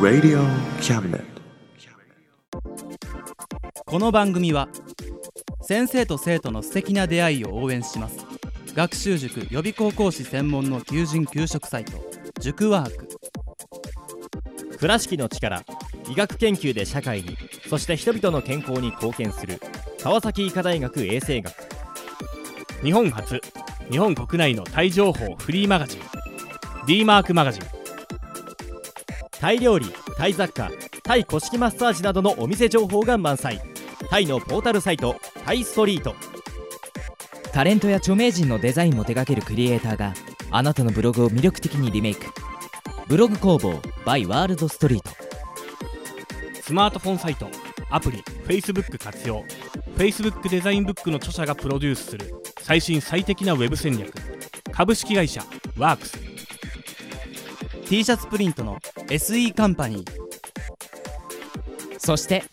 Radio Cabinet. この番組は先生と生徒の素敵な出会いを応援します学習塾予備高校講師専門の求人・求職サイト塾ワーク倉敷の力医学研究で社会にそして人々の健康に貢献する川崎医科大学衛生学日本初日本国内のタイ情報フリーマガジン d マークマガジンタイ料理タイ雑貨タイ古式マッサージなどのお店情報が満載タイのポータルサイトタイストリートタレントや著名人のデザインも手掛けるクリエイターがあなたのブログを魅力的にリメイクブログ工房 by ワールドストリートスマートフォンサイトアプリ Facebook 活用 Facebook デザインブックの著者がプロデュースする最新最適なウェブ戦略株式会社ワークス T シャツプリントの SE カンパニーそして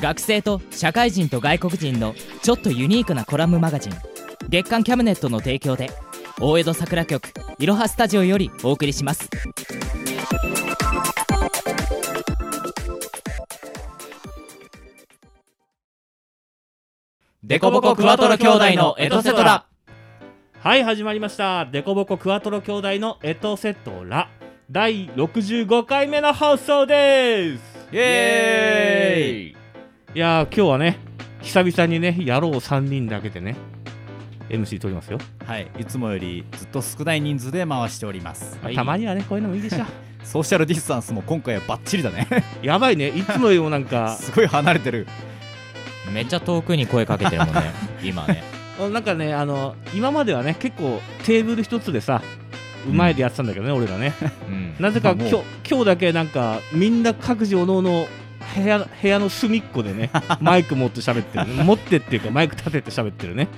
学生と社会人と外国人のちょっとユニークなコラムマガジン月刊キャムネットの提供で大江戸桜局いろはスタジオよりお送りしますデコボコクワトロ兄弟のエトセトラはい始まりましたデコボコクワトロ兄弟のエトセトラ第65回目の放送ですイエーイいやー今日はね久々にね野郎3人だけでね MC 取りますよ、はい、いつもよりずっと少ない人数で回しております。たまにはねこういうのもいいでしょ ソーシャルディスタンスも今回はバッチリだね。やばいねいつもよりもなん かすごい離れてる。めっちゃ遠くに声かけてるもんね 今ねなんかねあの今まではね結構テーブル一つでさうまいでやってたんだけどね、俺らねうんなぜかも今う日今日だけなんかみんな各自おのおの部屋部屋の隅っこでねマイク持って喋ってる、ね、持ってっていうかマイク立てて喋ってるね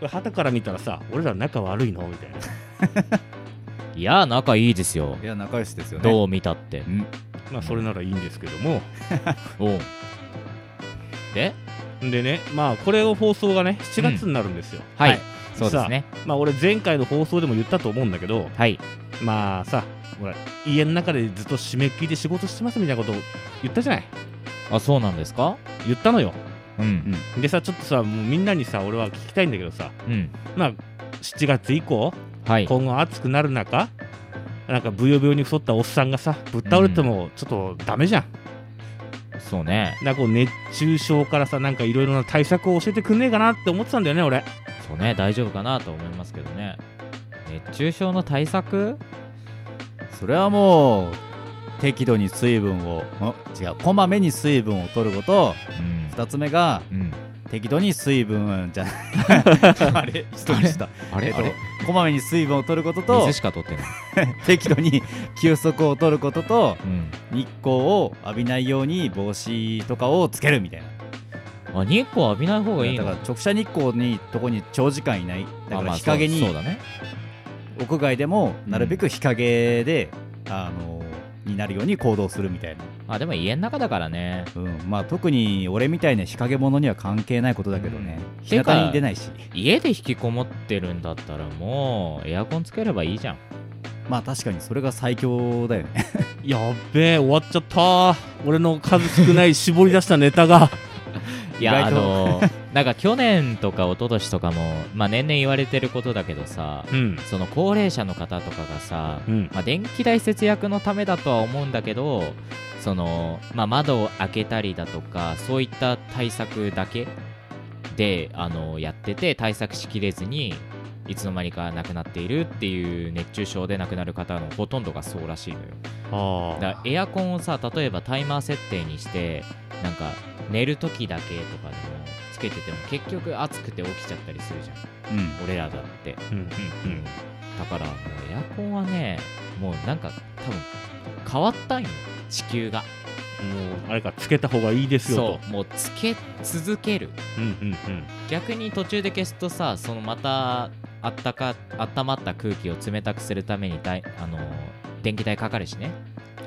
これ旗から見たらさ俺ら仲悪いのみたいないや仲いいですよいや、仲良しですよね。どう見たってまあそれならいいんですけどもおうででねまあこれを放送がね7月になるんですよ、はい、はいそうですねまあ俺前回の放送でも言ったと思うんだけどはいまあさほら家の中でずっと締め切りで仕事してますみたいなことを言ったじゃないあそうなんですか言ったのようんでさちょっとさもうみんなにさ俺は聞きたいんだけどさうんまあ7月以降はい今後暑くなる中なんかブヨブヨに太ったおっさんがさぶっ倒れてもちょっとダメじゃん、そうねなんかこう熱中症からさなんかいろいろな対策を教えてくんねえかなって思ってたんだよね俺そうね大丈夫かなと思いますけどね熱中症の対策それはもう、適度に水分を、お違う、こまめに水分を取ること、うん二つ目が、うん適度に水分 じゃない。あれ、一人でした。あれえっあれと、こまめに水分を取ることと水、しか取ってない適度に 休息を取ることと、うん日光を浴びないように帽子とかをつけるみたいな。あ日光浴びない方がいいだのから直射日光にとこに長時間いないだあからまあ日陰にそうそうだね屋外でもなるべく日陰で、あのになるように行動するみたいな、あでも家の中だからねうんまあ、特に俺みたいな日陰者には関係ないことだけどね、うん日向に出ないし家で引きこもってるんだったらもうエアコンつければいいじゃんまあ確かにそれが最強だよ ねやっべえ終わっちゃった俺の数少ない絞り出したネタがいやあ意外とのなんか去年とか一昨年とかもまあ年々言われてることだけどさ うんその高齢者の方とかがさ、うんまあ、電気代節約のためだとは思うんだけどその、まあ、窓を開けたりだとかそういった対策だけであのやってて対策しきれずにいつの間にか亡くなっているっていう熱中症で亡くなる方のほとんどがそうらしいのよあだからエアコンをさ例えばタイマー設定にしてなんか寝る時だけとかでもつけてても結局暑くて起きちゃったりするじゃんうん俺らだってうんうん、だからもうエアコンはねもうなんか多分変わったんよ地球がもうあれかつけた方がいいですよとそうもうつけ続けるう、んうんうん、逆に途中で消すとさそのまたあったか温まった空気を冷たくするためにだいあの電気代かかるしね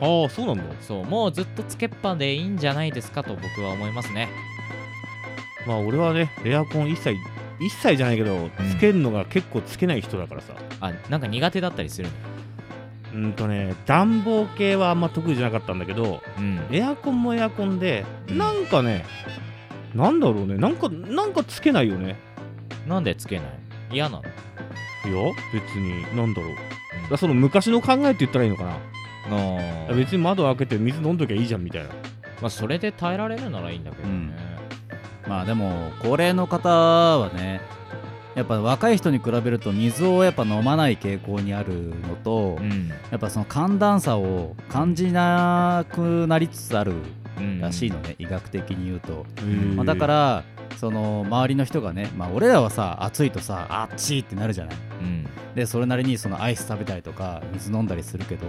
ああそうなんだそうもうずっとつけっぱでいいんじゃないですかと僕は思いますねまあ俺はねエアコン一切一切じゃないけどつけるのが結構つけない人だからさあなんか苦手だったりするのうんとね暖房系はあんま得意じゃなかったんだけどうんエアコンもエアコンでなんかねなんだろうねなんかなんかつけないよねなんでつけない嫌なの、いや別になんだろうだからうその昔の考えって言ったらいいのかなんあー別に窓開けて水飲んどきゃいいじゃんみたいなまあ、それで耐えられるならいいんだけどね、まあでも高齢の方はねやっぱ若い人に比べると水をやっぱ飲まない傾向にあるのと、うんやっぱその寒暖差を感じなくなりつつあるうんらしいのね、医学的に言うと、ままあ、だからその周りの人がね、まあ、俺らはさ暑いとさあっちいってなるじゃないうんでそれなりにそのアイス食べたりとか水飲んだりするけど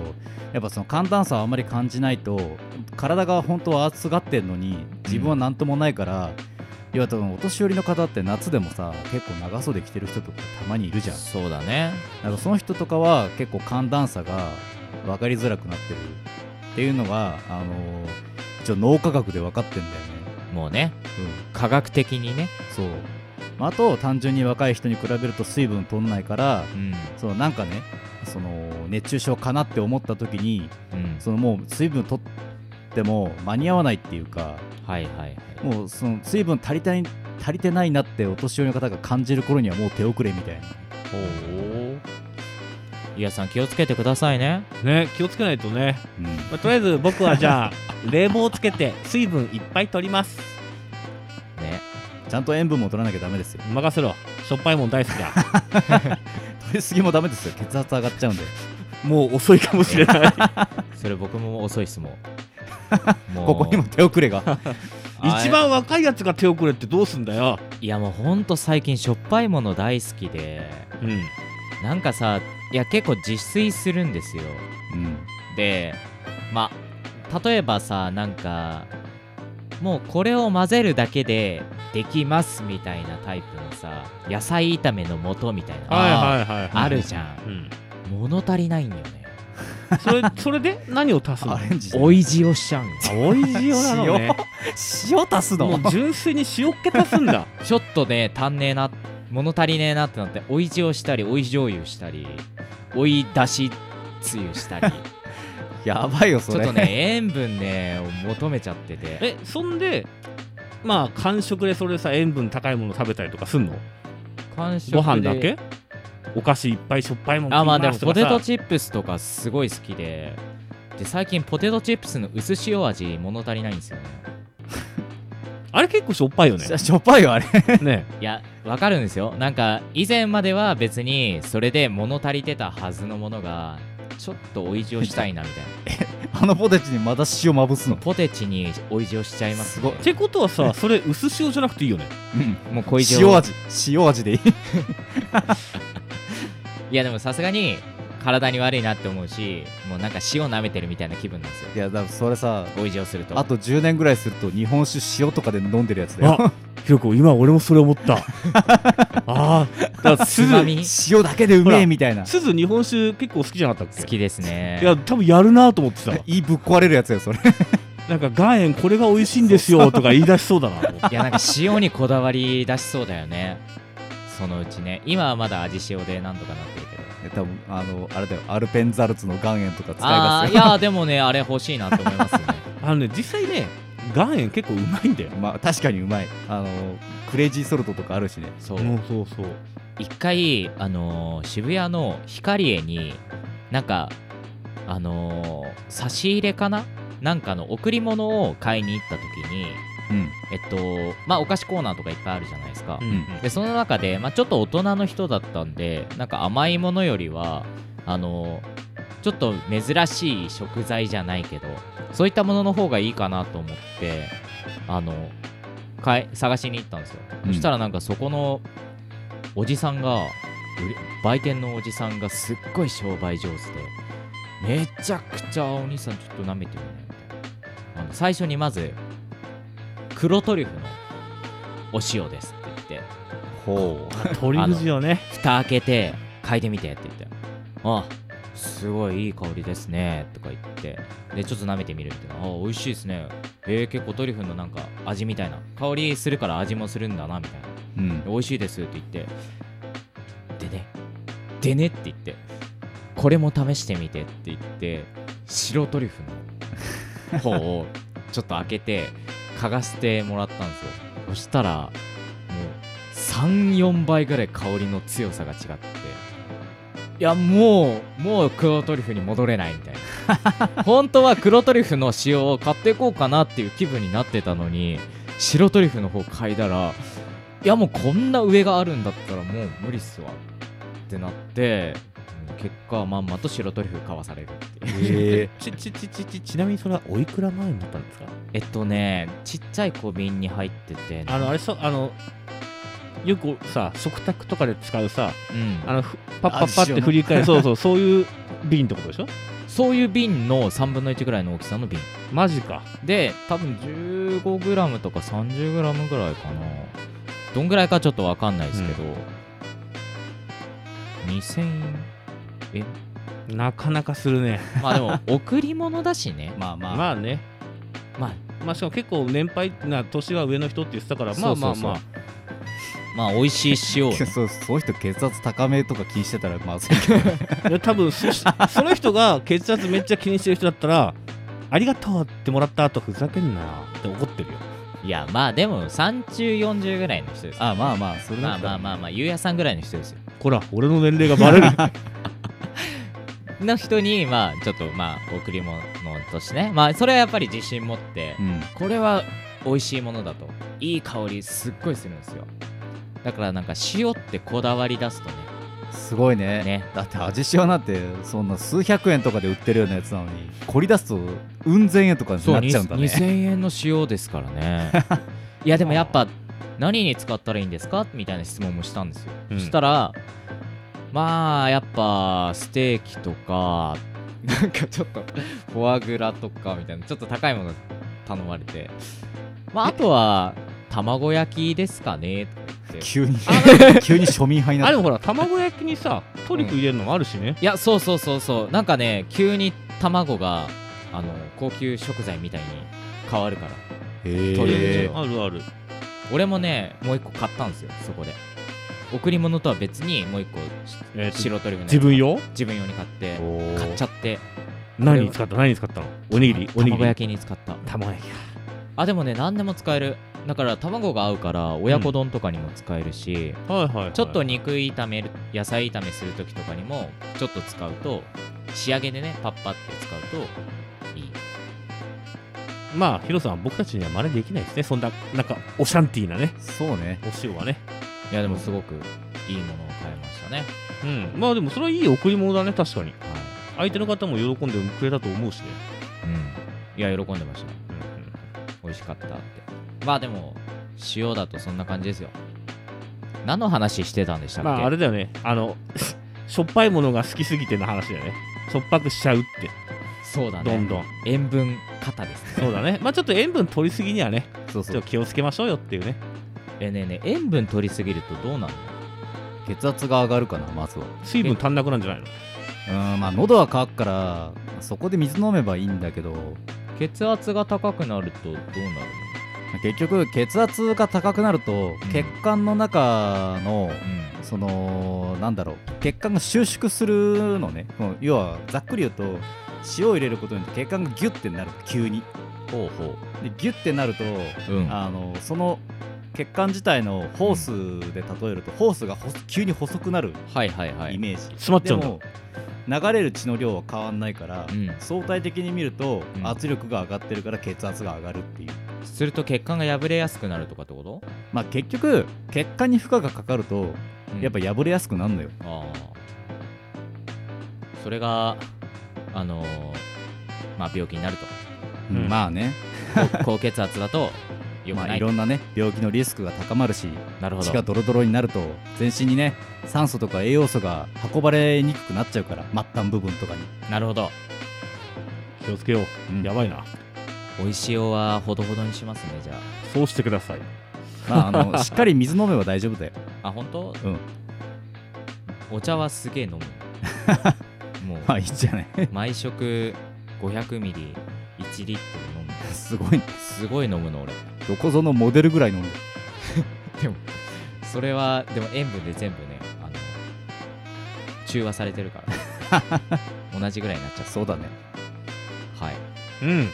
やっぱその寒暖差をあんまり感じないと体が本当は暑がってんのに自分は何ともないから、要は多分お年寄りの方って夏でもさ結構長袖着てる人とかたまにいるじゃんそうだねなんかその人とかは結構寒暖差が分かりづらくなってるっていうのが、あのー一応脳科学で分かってんだよね。もうね科学的にね、うん、そう。まああと単純に若い人に比べると水分取んないから、うんそのなんかね、その熱中症かなって思った時に、うん、そのもう水分取っても間に合わないっていうか、はいはいはいもうその水分足りたい足りてないなってお年寄りの方が感じる頃にはもう手遅れみたいな。おおいやさん気をつけてくださいねね気をつけないとね、うんまあ、とりあえず僕はじゃあ冷房をつけて水分いっぱい取りますねちゃんと塩分も取らなきゃダメですよ。 任せろしょっぱいもん大好きだ取りすぎもダメですよ血圧上がっちゃうんでもう遅いかもし れないそれ僕も遅いっすもんもうここにも手遅れがあ一番若いやつが手遅れってどうすんだよいやもうほんと最近しょっぱいもの大好きでうんなんかさいや結構自炊するんですようんでまあ例えばさなんかもうこれを混ぜるだけでできますみたいなタイプのさ野菜炒めの素みたいな、はいはいはいはいあるじゃんうん、物足りないんよねそれそれで何を足すのアレンジ追い塩しちゃうんよ青い塩なのね塩足すものう純粋に塩っ気足すんだちょっとね足んねえな物足りねえなってなって追い塩したり追い醤油したり追いだしつゆしたりやばいよちそょっれとね塩分ね求めちゃっててえそんでまあ間食でそれでさ塩分高いもの食べたりとかすんの完食でご飯だけお菓子いっぱいしょっぱいものあまあでも食いポすテとかトさチップスとかすごい好きでで最近ポテトチップスの薄塩味物足りないんですよねあれ結構しょっぱいよねししょっぱいよあれねいやわかるんですよなんか以前までは別にそれで物足りてたはずのものがちょっと追い塩したいなみたいなあのポテチにまだ塩まぶ すのポテチに追い塩しちゃいます、ね、すってことはさそれ薄塩じゃなくていいよねうんもう小塩塩味塩味でいいいやでもさすがに体に悪いなって思うしもうなんか塩舐めてるみたいな気分なんですよいやだからそれさ追い塩するとあと10年ぐらいすると日本酒塩とかで飲んでるやつだよあひろこ今俺もそれ思った ああだからすつまずみ塩だけでうめえみたいなすず日本酒結構好きじゃなかったっけ好きですねいや多分やるなと思って たわ胃ぶっ壊れるやつよそれ なんか岩塩これが美味しいんですよとか言い出しそうだなと思っていやなんか塩にこだわり出しそうだよねそのうちね今はまだ味塩で何とかなってるけど多分あのあれだよアルペンザルツの岩塩とか使いあまあすーいよやでもねあれ欲しいなと思い ますね あのね実際ね岩塩結構うまいんだよまあ確かにうまいあのクレイジーソルトとかあるしねそうそうそう一回あのー渋谷の光栄になんかあのー差し入れかななんかの贈り物を買いに行った時にうんえっとまあお菓子コーナーとかいっぱいあるじゃないですか、うんでその中で、まあ、ちょっと大人の人だったんでなんか甘いものよりはあのちょっと珍しい食材じゃないけどそういったものの方がいいかなと思ってあの買い探しに行ったんですよ、うんそしたらなんかそこのおじさんが売り売店のおじさんがすっごい商売上手でめちゃくちゃお兄さんちょっと舐めてるねみたいなあの最初にまず黒トリュフのお塩ですって言ってほう鳥くじよね蓋開けて嗅いでみてって言ってああすごいいい香りですねとか言ってでちょっと舐めてみるっていうのはあ美味しいですねえー、結構トリュフのなんか味みたいな香りするから味もするんだなみたいなうんで美味しいですって言ってでねでねって言ってこれも試してみてって言って白トリュフの 方をちょっと開けて嗅がせてもらったんですよそしたらもう34倍ぐらい香りの強さが違っていやもうもう黒トリュフに戻れないみたい な本当は黒トリュフの塩を買っていこうかなっていう気分になってたのに白トリュフの方嗅いだらいやもうこんな上があるんだったらもう無理っすわってなって結果まんまと白トリュフ買わされるっていう ちちちちちちなみにそれはおいくら前になったんですか えっとねちっちゃい小瓶に入っててあのあれそうあのよくさ食卓とかで使うさうん、あのふパッパッパって振り返るそうそうそういう瓶ってことでしょそういう瓶の3分の1ぐらいの大きさの瓶マジかで多分 15g とか 30g ぐらいかなどんぐらいかちょっとわかんないですけど、2000円なかなかするねまあでも贈り物だしねまあまあ、まあねまあまあしかも結構年配な年が上の人って言ってたからまあまあまあそうまあ美味しい塩 をねそうそういう人血圧高めとか気にしてたらまずいけどいや多分そその人が血圧めっちゃ気にしてる人だったらありがとうってもらった後ふざけんなよって怒ってるよいやまあでも30、40ぐらいの人ですよあまあまあそれまだあったまらあまあまあ、ゆうやさんぐらいの人ですよ。こら俺の年齢がバレるの人に、まあ、ちょっと、まあ、贈り物としてね、まあ、それはやっぱり自信持って、うんこれは美味しいものだと、いい香りすっごいするんですよ。だから、なんか、塩ってこだわり出すとね、すごいねねだって味塩なんてそんな数百円とかで売ってるようなやつなのに凝り出すとうん千円とかになっちゃうんだね2000円の塩ですからね。 いや、でもやっぱ、何に使ったらいいんですかみたいな質問もしたんですよ。うんそしたら、まあ、やっぱ、ステーキとか、 なんかちょっと、フォアグラとかみたいな、ちょっと高いもの頼まれて、まあ、あとは、卵焼きですかねって言って。急 に急に庶民派になっあでたもほら卵焼きにさトリュフ入れるのもあるしね、いや、そうそうそうそう、なんかね、急に卵が、あの、高級食材みたいに変わるから。へトリューフあるある俺もねもう一個買ったんですよそこで贈り物とは別にもう一個えーと白トリュフのやつ自分用自分用に買っておー買っちゃって何に使った何に使ったのおにぎりおにぎ卵り焼きに使った卵焼きかあでもね何でも使えるだから卵が合うから親子丼とかにも使えるし、はいはい、はい、ちょっと肉炒める野菜炒めする時とかにもちょっと使うと仕上げでねパッパって使うといいまあヒロさん僕たちには真似できないですねそんななんかオシャンティーなねそうねお塩はねいやでもすごくいいものを買いましたね、うんまあでもそれはいい贈り物だね確かには相手の方も喜んでくれたと思うしね、いうん、いや喜んでました美味しかったってまあでも塩だとそんな感じですよ何の話してたんでしたっけ、まああれだよねあの しょっぱいものが好きすぎての話だよねしょっぱくしちゃうってそうだねどんどん塩分過多ですねそうだねまあちょっと塩分取りすぎにはねそうちそょうっと気をつけましょうよっていうねえねえねえ塩分取りすぎるとどうなる血圧が上がるかなまずは水分足んなくなんじゃないのうんまあ喉は渇くからそこで水飲めばいいんだけどの血圧が高くなるとどうなる結局血圧が高くなるとん血管の中ののうんそのなんだろう血管が収縮するのねもう要はざっくり言うと塩を入れることによって血管がギュッてなる急にほうほでギュッてなるとううんあのその血管自体のホースで例えると、ホースがほ急に細くなるはいはいはイいメージ、詰まっちでゃうんだも流れる血の量は変わんないから、うん相対的に見ると、うん圧力が上がってるから血圧が上がるっていう、すると血管が破れやすくなるとかってこと、まあ、結局血管に負荷がかかるとうんやっぱ破れやすくなるのよ、ああそれがあのーまあ病気になるとうんうんまあね、 高高血圧だとよくまあ、ないい、ろんなね病気のリスクが高まるしなるほ血どがドロドロになると全身にね酸素とか栄養素が運ばれにくくなっちゃうから末端部分とかに、なるほど気をつけよう、うんやばいな美味しいおはほどほどにしますねじゃそうしてくださいまあ、あのしっかり水飲めば大丈夫だよああ本当うんお茶はすげえ飲む もうまあいいんじゃない毎食500ミリ1リットル飲むすごいねすごい飲むの俺どこぞのモデルぐらい飲んでるそれはでも塩分で全部ねあの中和されてるから 同じぐらいになっちゃったそうだねはいうん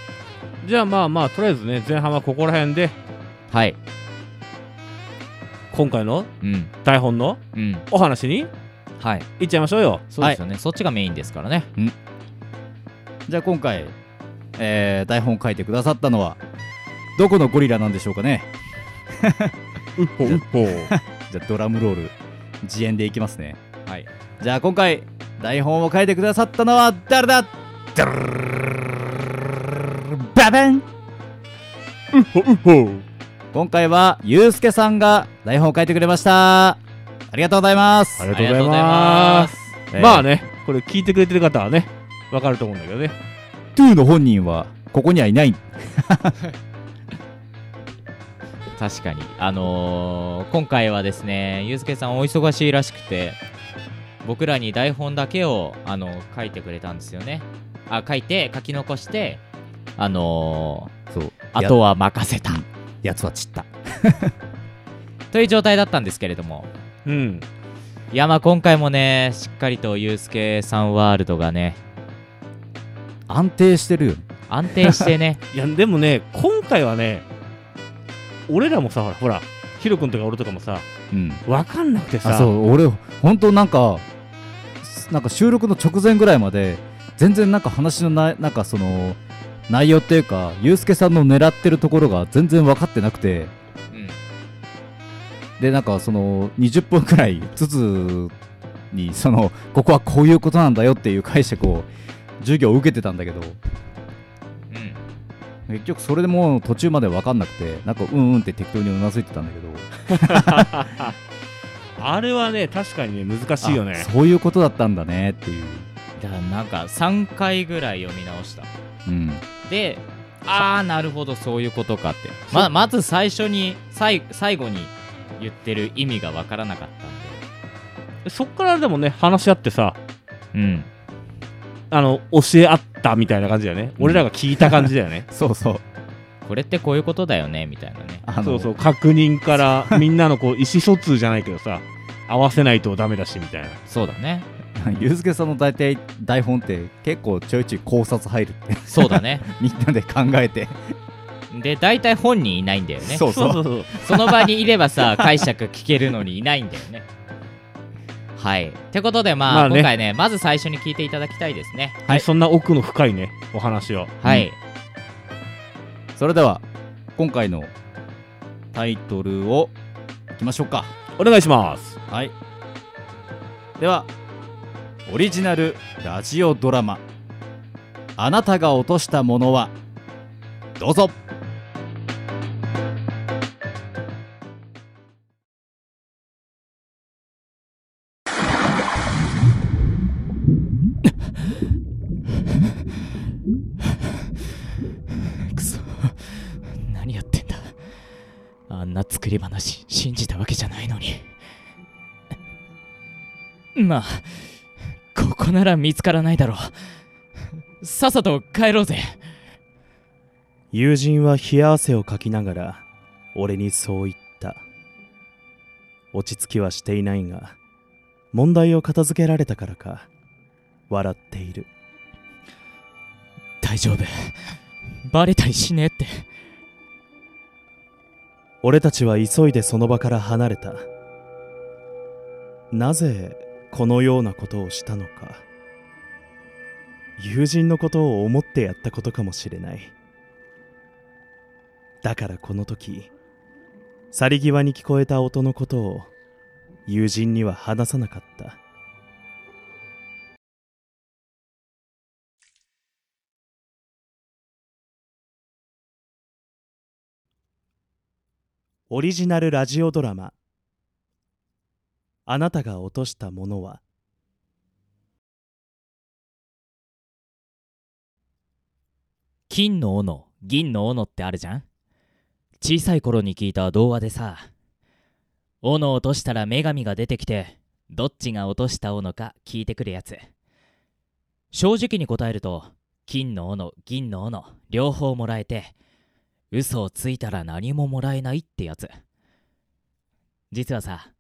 じゃあまあまあとりあえずね前半はここら辺ではい今回のうん台本のうんお話にはいいっちゃいましょうよそうですよね、そっちがメインですからねじゃあ今回、えー台本を書いてくださったのはどこのゴリラなんでしょうかねうっほうっほじゃあドラムロール自演でいきますねはいじゃあ今回台本を書いてくださったのは誰だドゥルルルルルルルババンうっほう今回はゆうすけさんが台本を書いてくれましたありがとうございますありがとうございますすえーまあねこれ聞いてくれてる方はねわかると思うんだけどねトゥーの本人はここにはいない確かにあのー今回はですねゆうすけさんお忙しいらしくて僕らに台本だけをあの書いてくれたんですよねあ書いて書き残してあのそうーあとは任せたやつは散ったという状態だったんですけれどもうんいやまあ今回もねしっかりとゆうすけさんワールドがね安定してるよね安定してねいやでもね今回はね俺らもさほらほらヒロ君とか俺とかもさうんわかんなくてさあそう俺本当なんかすなんか収録の直前ぐらいまで全然なんか話のななんかその内容っていうかユうスケさんの狙ってるところが全然分かってなくてうんでなんかその20分くらいずつにそのここはこういうことなんだよっていう解釈を授業を受けてたんだけどうん結局それでもう途中まで分かんなくてなんかうんうんって適当にうなずいてたんだけどあれはね確かにね難しいよねあそういうことだったんだねっていう、だからなんか3回ぐらい読み直したうん、でああなるほどそういうことかってままず最初に最最後に言ってる意味が分からなかったそっからでもね話し合ってさんでうんあの教え合ったみたいな感じだよね、うん俺らが聞いた感じだ よねそうそうこれってこういうことだよねみたいなねあのそうそう確 認からみんなのこう意思疎通じゃないけどさ合わせないとダメだしみたいなそうだねゆうすけさんの大体台本って結構ちょいちょい考察入るって そうだ ねみんなで考えてで大体本人いないんだよねそうそうそうそうその場にいればさ解釈聞けるのにいないんだよねはいってことでまあ、まあね今回ねまず最初に聞いていただきたいですねはい、そんな奥の深いねお話をはい、それでは今回のタイトルをいきましょうかお願いしますはいではオリジナルラジオドラマ「あなたが落としたものは」どうぞくそ 何やってんだあんな作り話信じたわけじゃないのにまあここなら見つからないだろうさっさと帰ろうぜ友人は冷や汗をかきながら俺にそう言った落ち着きはしていないが問題を片付けられたからか笑っている大丈夫バレたりしねえって俺たちは急いでその場から離れたなぜこのようなことをしたのか友人のことを思ってやったことかもしれないだからこの時去り際に聞こえた音のことを友人には話さなかったオリジナルラジオドラマ「あなたが落としたものは」金の斧銀の斧ってあるじゃん小さい頃に聞いた童話でさ斧を落としたら女神が出てきてどっちが落とした斧か聞いてくるやつ正直に答えると金の斧銀の斧両方もらえて嘘をついたら何ももらえないってやつ実はさ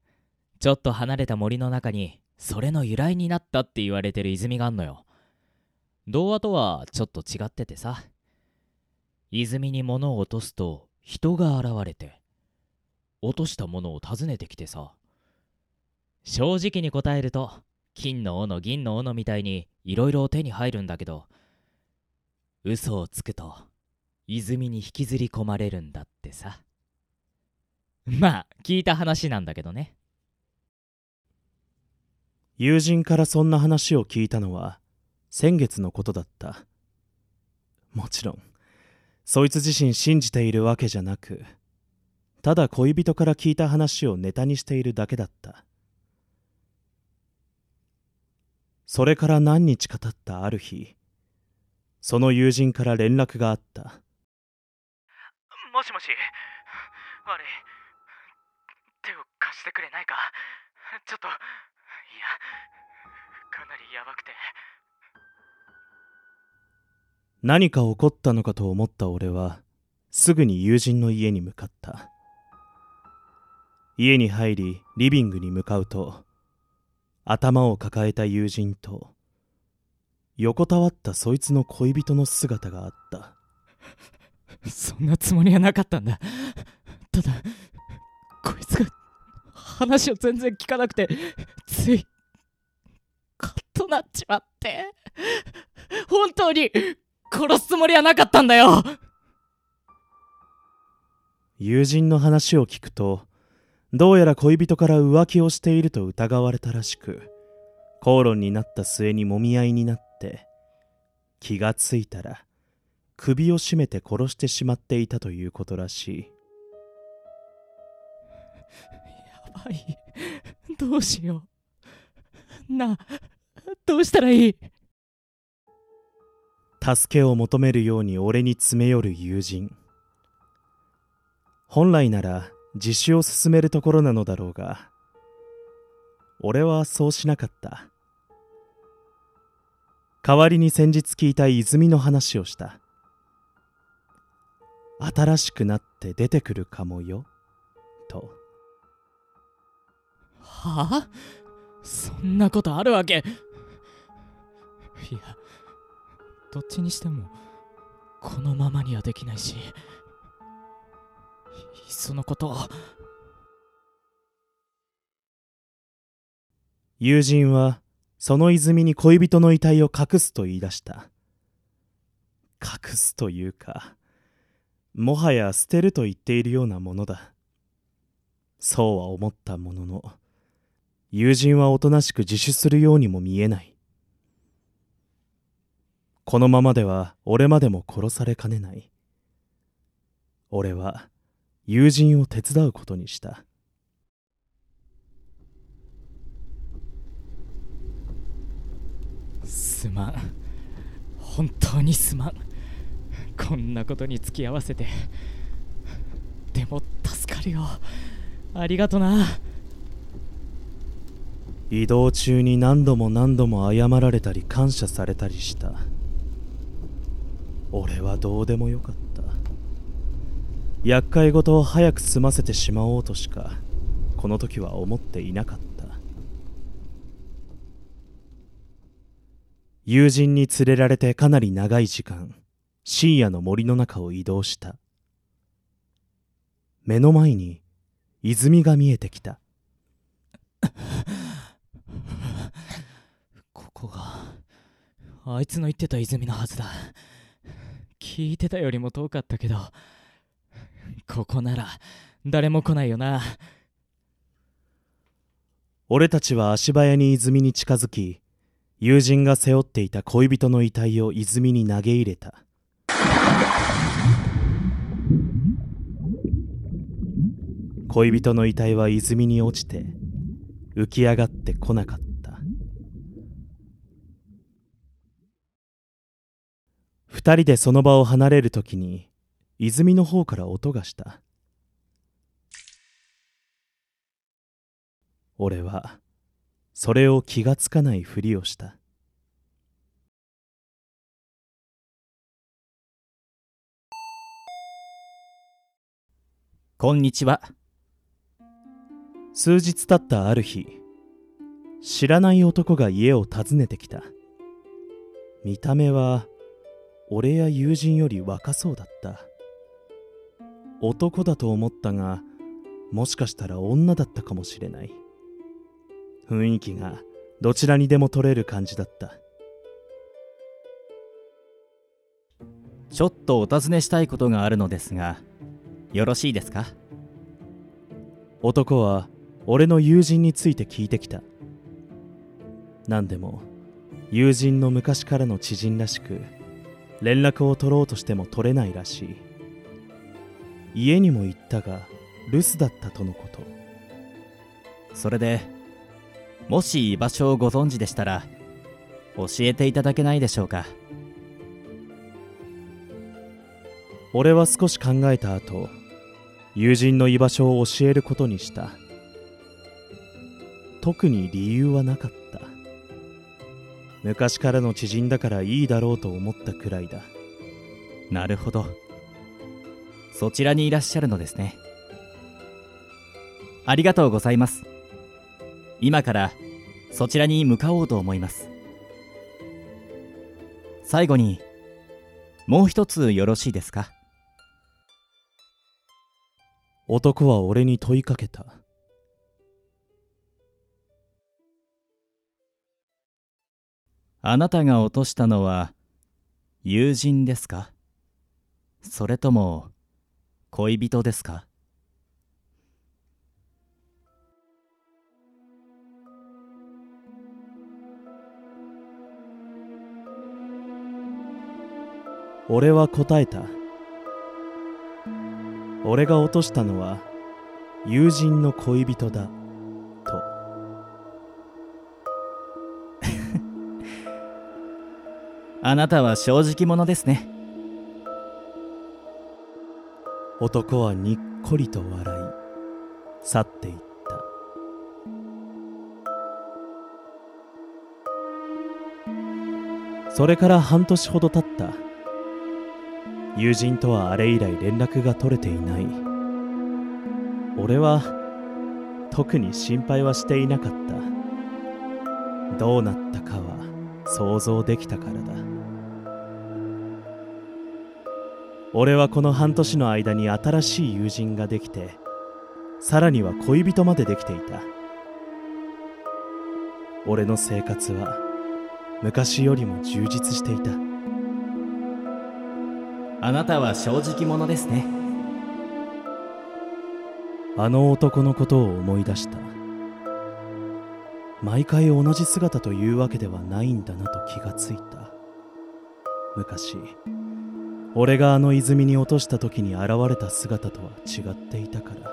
ちょっと離れた森の中にそれの由来になったって言われてる泉があんのよ童話とはちょっと違っててさ泉に物を落とすと人が現れて落としたものを訪ねてきてさ正直に答えると金の斧銀の斧みたいにいろいろ手に入るんだけど嘘をつくと泉に引きずり込まれるんだってさまあ聞いた話なんだけどね友人からそんな話を聞いたのは先月のことだったもちろんそいつ自身信じているわけじゃなくただ恋人から聞いた話をネタにしているだけだったそれから何日か経ったある日その友人から連絡があったもしもし悪い手を貸してくれないかちょっといやかなりやばくて何か起こったのかと思った俺はすぐに友人の家に向かった家に入りリビングに向かうと頭を抱えた友人と横たわったそいつの恋人の姿があったそんなつもりはなかったんだ。ただ、こいつが話を全然聞かなくて、つい、カッとなっちまって、本当に殺すつもりはなかったんだよ友人の話を聞くとどうやら恋人から浮気をしていると疑われたらしく口論になった末にもみ合いになって気がついたら首を絞めて殺してしまっていたということらしいやばい。どうしよう。なあ、どうしたらいい助けを求めるように俺に詰め寄る友人本来なら自首を進めるところなのだろうが俺はそうしなかった代わりに先日聞いた泉の話をした新しくなって出てくるかもよとはあそんなことあるわけいやどっちにしてもこのままにはできないしいっそのことを友人はその泉に恋人の遺体を隠すと言い出した隠すというかもはや捨てると言っているようなものだそうは思ったものの友人はおとなしく自首するようにも見えないこのままでは俺までも殺されかねない俺は友人を手伝うことにしたすまん本当にすまんこんなことに付き合わせてでも助かるよありがとな移動中に何度も何度も謝られたり感謝されたりした俺はどうでもよかった厄介事を早く済ませてしまおうとしかこの時は思っていなかった友人に連れられてかなり長い時間深夜の森の中を移動した目の前に泉が見えてきたここがあいつの言ってた泉のはずだ聞いてたよりも遠かったけどここなら誰も来ないよな俺たちは足早に泉に近づき友人が背負っていた恋人の遺体を泉に投げ入れた恋人の遺体は泉に落ちて浮き上がってこなかった二人でその場を離れるときに泉の方から音がした俺はそれを気がつかないふりをしたこんにちは。数日経ったある日知らない男が家を訪ねてきた見た目は俺や友人より若そうだった男だと思ったがもしかしたら女だったかもしれない雰囲気がどちらにでも取れる感じだったちょっとお尋ねしたいことがあるのですが、よろしいですか男は俺の友人について聞いてきた何でも友人の昔からの知人らしく連絡を取ろうとしても取れないらしい家にも行ったが留守だったとのことそれで、もし居場所をご存知でしたら、教えていただけないでしょうか。俺は少し考えた後友人の居場所を教えることにした特に理由はなかった昔からの知人だからいいだろうと思ったくらいだなるほど。そちらにいらっしゃるのですね。ありがとうございます。今からそちらに向かおうと思います。最後に、もう一つよろしいですか男は俺に問いかけたあなたが落としたのは友人ですかそれとも恋人ですか俺は答えた俺が落としたのは友人の恋人だとあなたは正直者ですね。男はにっこりと笑い去っていったそれから半年ほど経った友人とはあれ以来連絡が取れていない俺は特に心配はしていなかったどうなったかは想像できたからだ俺はこの半年の間に新しい友人ができてさらには恋人までできていた俺の生活は昔よりも充実していたあなたは正直者ですね。あの男のことを思い出した毎回同じ姿というわけではないんだなと気がついた昔俺があの泉に落とした時に現れた姿とは違っていたから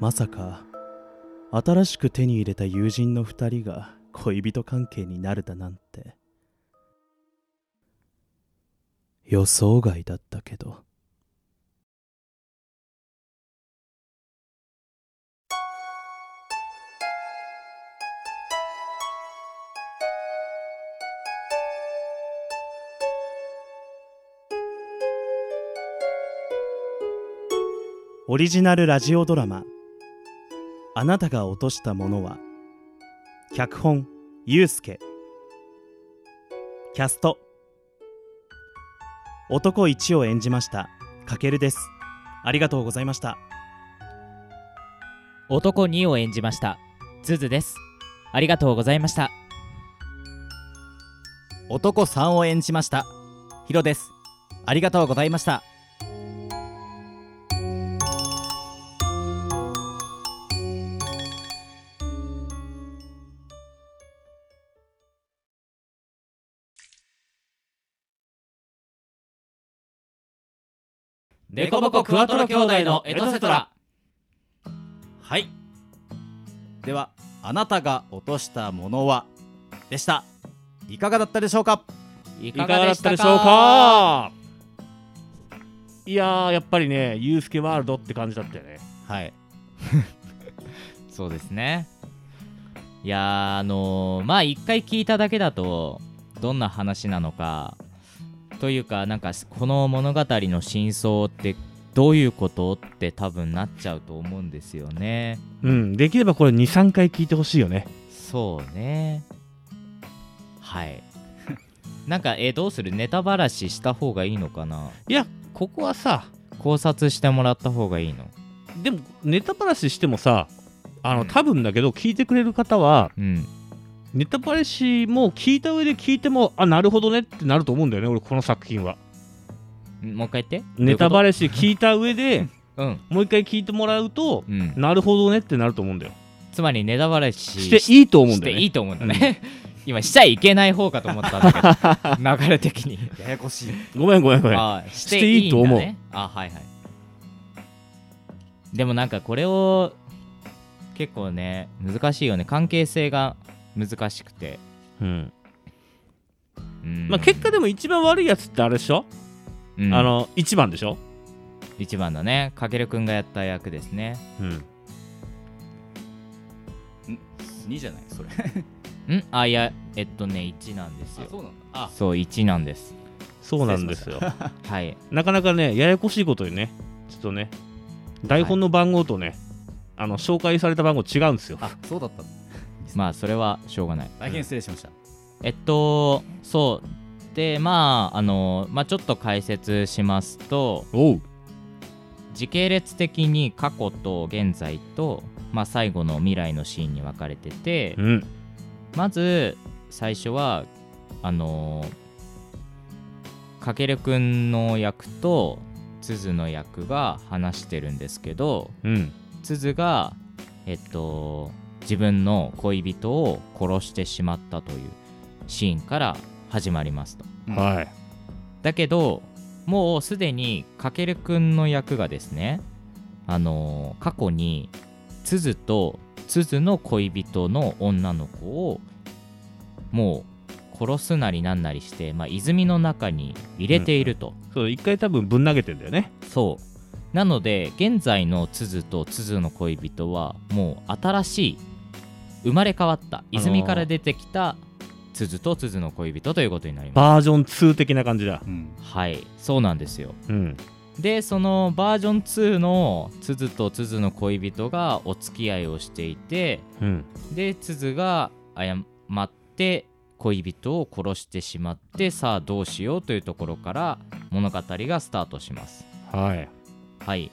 まさか新しく手に入れた友人の二人が恋人関係になるだなんて予想外だったけどオリジナルラジオドラマ「あなたが落としたものは」脚本ゆうすけキャスト男一を演じましたかけるですありがとうございました男2を演じました。ズズです。ありがとうございました。男3を演じました。ヒロです。ありがとうございました。デコボコクワトロ兄弟のエトセトラはいではあなたが落としたものはでしたいかがだったでしょうかいいかがだったでしょうかいやーやっぱりねユースケワールドって感じだったよねはい そうですねいやーあのーまあ一回聞いただけだとどんな話なのかというかなんかこの物語の真相ってどういうことって多分なっちゃうと思うんですよねうん、できればこれ23回聞いてほしいよねそうねはい なんかえどうするネタばらしした方がいいのかないやここはさ考察してもらった方がいいのでもネタバラシしてもさあうのん多分だけど聞いてくれる方はうんネタバラシも聞いた上で聞いてもあなるほどねってなると思うんだよね俺この作品はもう一回言ってネタバレラシ聞いた上で うんもう一回聞いてもらうとうんなるほどねってなると思うんだよつまりネタバレししていいと思うんだしてよいねいと思うんだね 今しちゃいけない方かと思ったんだけど流れ的 にややこしいごめんごめんごめんあしていいと思ういんだねあはいはいでもなんかこれを結構ね難しいよね関係性が難しくて、うんうんまあ結果でも一番悪いやつってあれでしょうんあの1番でしょ一番だねかけるくんがやった役ですねうん2じゃないそ れんあいやえっとね1なんですようなんだあそう1なんですそうなんですよはいなかなかねややこしいことにねちょっとね台本の番号とねあの紹介された番号違うんですよあそうだったのまあそれはしょうがない大変失礼しました、えっとそうでまああのまあちょっと解説しますとおう時系列的に過去と現在と、まあ、最後の未来のシーンに分かれててうんまず最初はあのー、かけるくんの役と鈴の役が話してるんですけどうん鈴がえっと自分の恋人を殺してしまったというシーンから始まりますとはいだけどもうすでにかけるくんの役がですねあのー過去に鈴と鈴の恋人の女の子をもう殺すなりなんなりして、まあ、泉の中に入れていると、そう一回多分ぶん投げてんだよねそうなので現在の鈴と鈴の恋人はもう新しい生まれ変わった泉から出てきた鈴と鈴の恋人ということになりまバージョン2的な感じだうん、すはいそうなんですようんでそのバージョン2の鈴と鈴の恋人がお付き合いをしていてうんで鈴が謝って恋人を殺してしまってさあどうしようというところから物語がスタートしますはいはい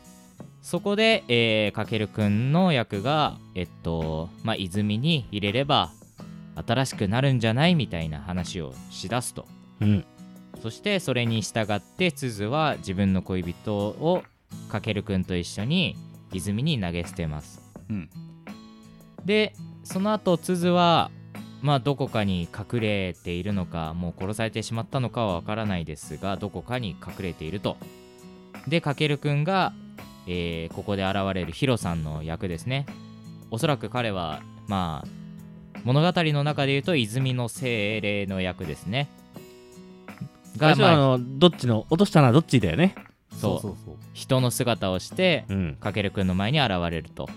そこで、えー、かけるくんの役がえっとまあ泉に入れれば新しくなるんじゃないみたいな話をしだすとうんそしてそれに従って鈴は自分の恋人をかけるくんと一緒に泉に投げ捨てます、うんでその後鈴はまあどこかに隠れているのかもう殺されてしまったのかはわからないですがどこかに隠れているとでかけるくんが、えーここで現れるヒロさんの役ですねおそらく彼はまあ物語の中で言うと泉の精霊の役ですね最が、初はあまあ、のどっちの落としたのはどっちだよねそうそうそう人の姿をしてうんかけるくんの前に現れると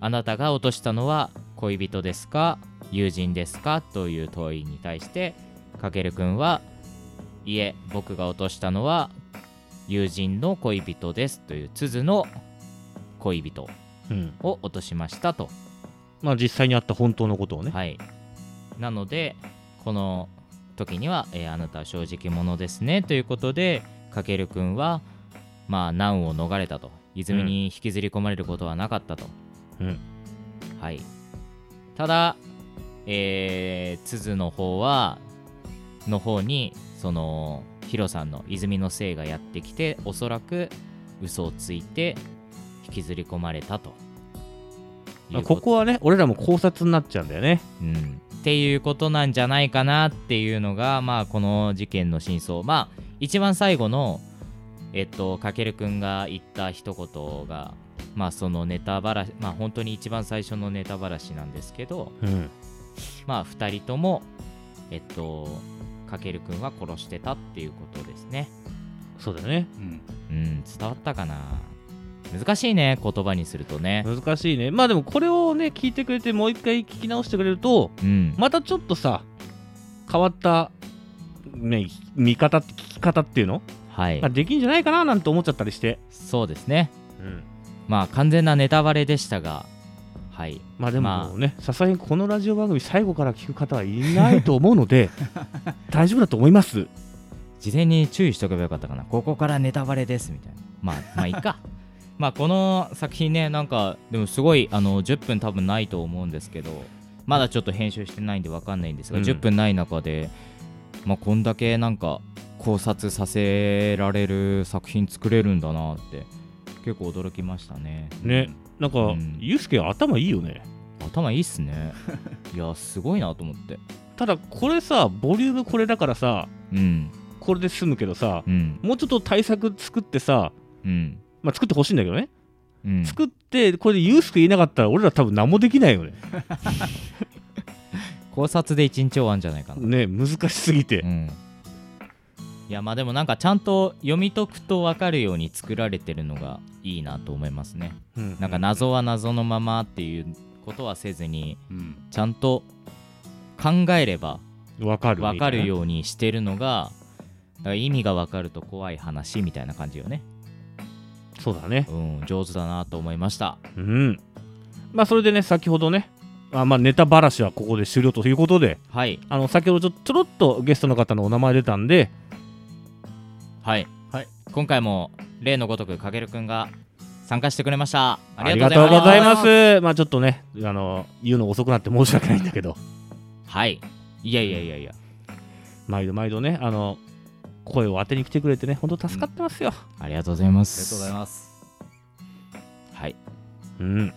あなたが落としたのは恋人ですか友人ですかという問いに対してかけるくんはいえ僕が落としたのは友人の恋人ですという鈴の恋人うんを落としましたとまあ実際にあった本当のことをねはいなのでこの時には、えーあなたは正直者ですねということでかけるくんはまあ難を逃れたと泉に引きずり込まれることはなかったと、うんはいただえー、鈴の方はの方にそのヒロさんの泉のせいがやってきておそらく嘘をついて引きずり込まれたといまあうことこはね俺らも考察になっちゃうんだよねうん、っていうことなんじゃないかなっていうのが、まあ、この事件の真相まあ一番最後のえっとかけるくんが言った一言がまあそのネタばらしまあ本当に一番最初のネタばらしなんですけどうんまあ2人ともえっとかけるくんは殺してたっていうことですねそうだよねうん、うん伝わったかな難しいね言葉にするとね難しいねまあでもこれをね聞いてくれてもう一回聞き直してくれるとうんまたちょっとさ変わったね、見方、聞き方っていうのはいができんじゃないかななんて思っちゃったりして、そうですねまあ完全なネタバレでしたがはいまあでまあもね、さすがにこのラジオ番組、最後から聞く方はいないと思う ので、大丈夫だと思います。事前に注意しておけばよかったかなここからネタバレですみたいなまあまあいい かまあこの作品ねなんかでもすごいあの10分多分ないと思うんですけどまだちょっと編集してないんでわかんないんですが、うん10分ない中でまあこんだけなんか考察させられる作品作れるんだなって結構驚きましたねね、なんか、うんゆうすけ、頭いいよね。頭いいっす ねいやすごいなと思ってただ、これさ、ボリュームこれだからさ、うんこれで済むけどさ、うんもうちょっと対策作ってさ、うんまあ、作ってほしいんだけどね、うん作って、これでゆうすけいなかったら、俺ら多分何もできないよね。考察で一日終わんじゃないかなね、難しすぎてう。ん、いやまあでもなんかちゃんと読み解くと分かるように作られてるのがいいなと思いますねうんなんか謎は謎のままっていうことはせずにうんちゃんと考えればわかる。分かる。ようにしてるのがだから意味が分かると怖い話みたいな感じよねそうだね。うん上手だなと思いましたうん。まあ、それでね、先ほどね、あまあ、ネタばらしはここで終了ということで、はいあの先ほどちょちょろっとゲストの方のお名前出たんで、はい、はい今回も例のごとくかけるくんが参加してくれましたあありりががととううごござざいいまますす。まあちょっとね、あの言うの遅くなって 申し訳ないんだけど、はいいやいやいやいや毎度毎度ね、あの声を当てに来てくれてね、本当助かってますよ。ありがとうございまありがとうすございますはいうん。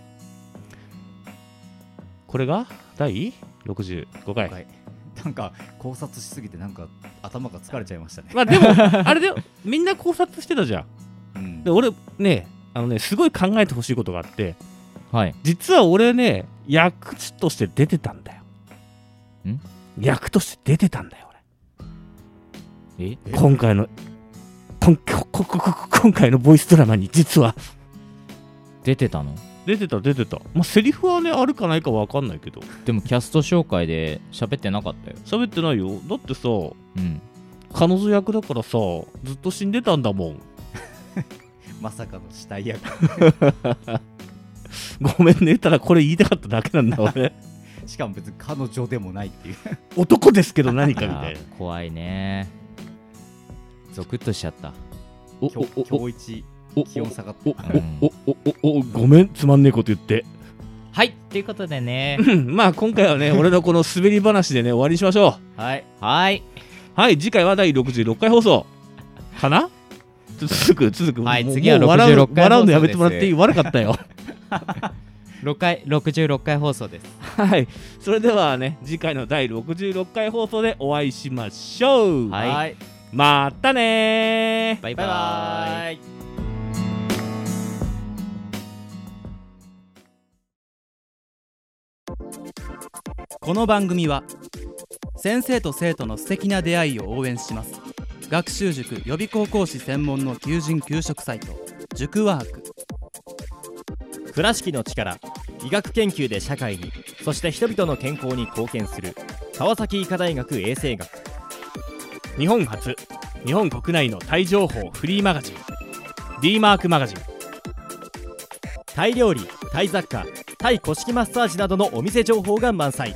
これが第65回。はいなんか考察しすぎてなんか頭が疲れちゃいましたねまあでも、あれだ よ、みんな考察してたじゃん。うんで、俺ね、あのね、すごい考えてほしいことがあって、はい実は俺ね、役として出てたんだよ。ん役として出てたんだよ、俺。え今回の今今今今今回のボイスドラマに実は出てたの出てた出てたまあセリフはねあるかないかわかんないけどでもキャスト紹介で喋ってなかったよ喋ってないよだってさうん彼女役だからさずっと死んでたんだもんまさかの死体役ごめんねただこれ言いたかっただけなんだ 俺しかも別に彼女でもないっていう男ですけど何かみあたいなー怖いねゾクッとしちゃった お今日今日一お気温下がっおてうんおおおおおごめんつまんねえこと言ってはいということでね まあ今回はね 俺のこの滑り話でね終わりにしましょはいはい、うはい次回は第66回放送かなちょっと続く続く、はいもう次はもう笑う66回笑うのやめ放送でてすもらっていい悪かったよ6回66回放送ですはい、それではね、次回の第66回放送でお会いしましょう。はいいまたねー。バイババイイバーイこの番組は先生と生徒の素敵な出会いを応援します学習塾予備高校講師専門の求人・求職サイト塾ワーク倉敷の力医学研究で社会にそして人々の健康に貢献する川崎医科大学衛生学日本初、日本国内のタイ情報フリーマガジン、D マークマガジン、タイ料理タイ雑貨タイ古式マッサージなどのお店情報が満載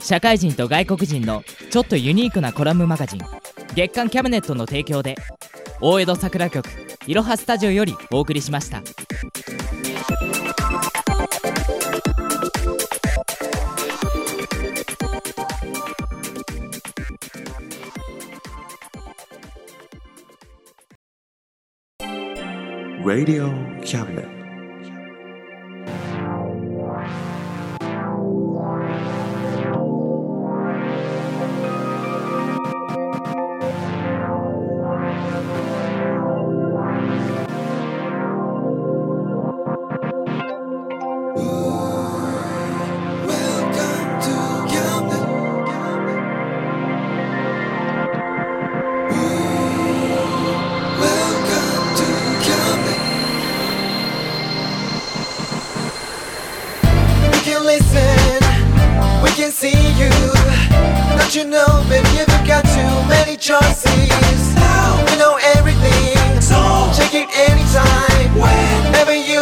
社会人と外国人のちょっとユニークなコラムマガジン月刊キャビネットの提供で大江戸桜局いろはスタジオよりお送りしました。 Radio Cabinet. you listen, we can see you. Don't you know, baby, you've got too many choices. Now we know everything, so check it anytime, whenever you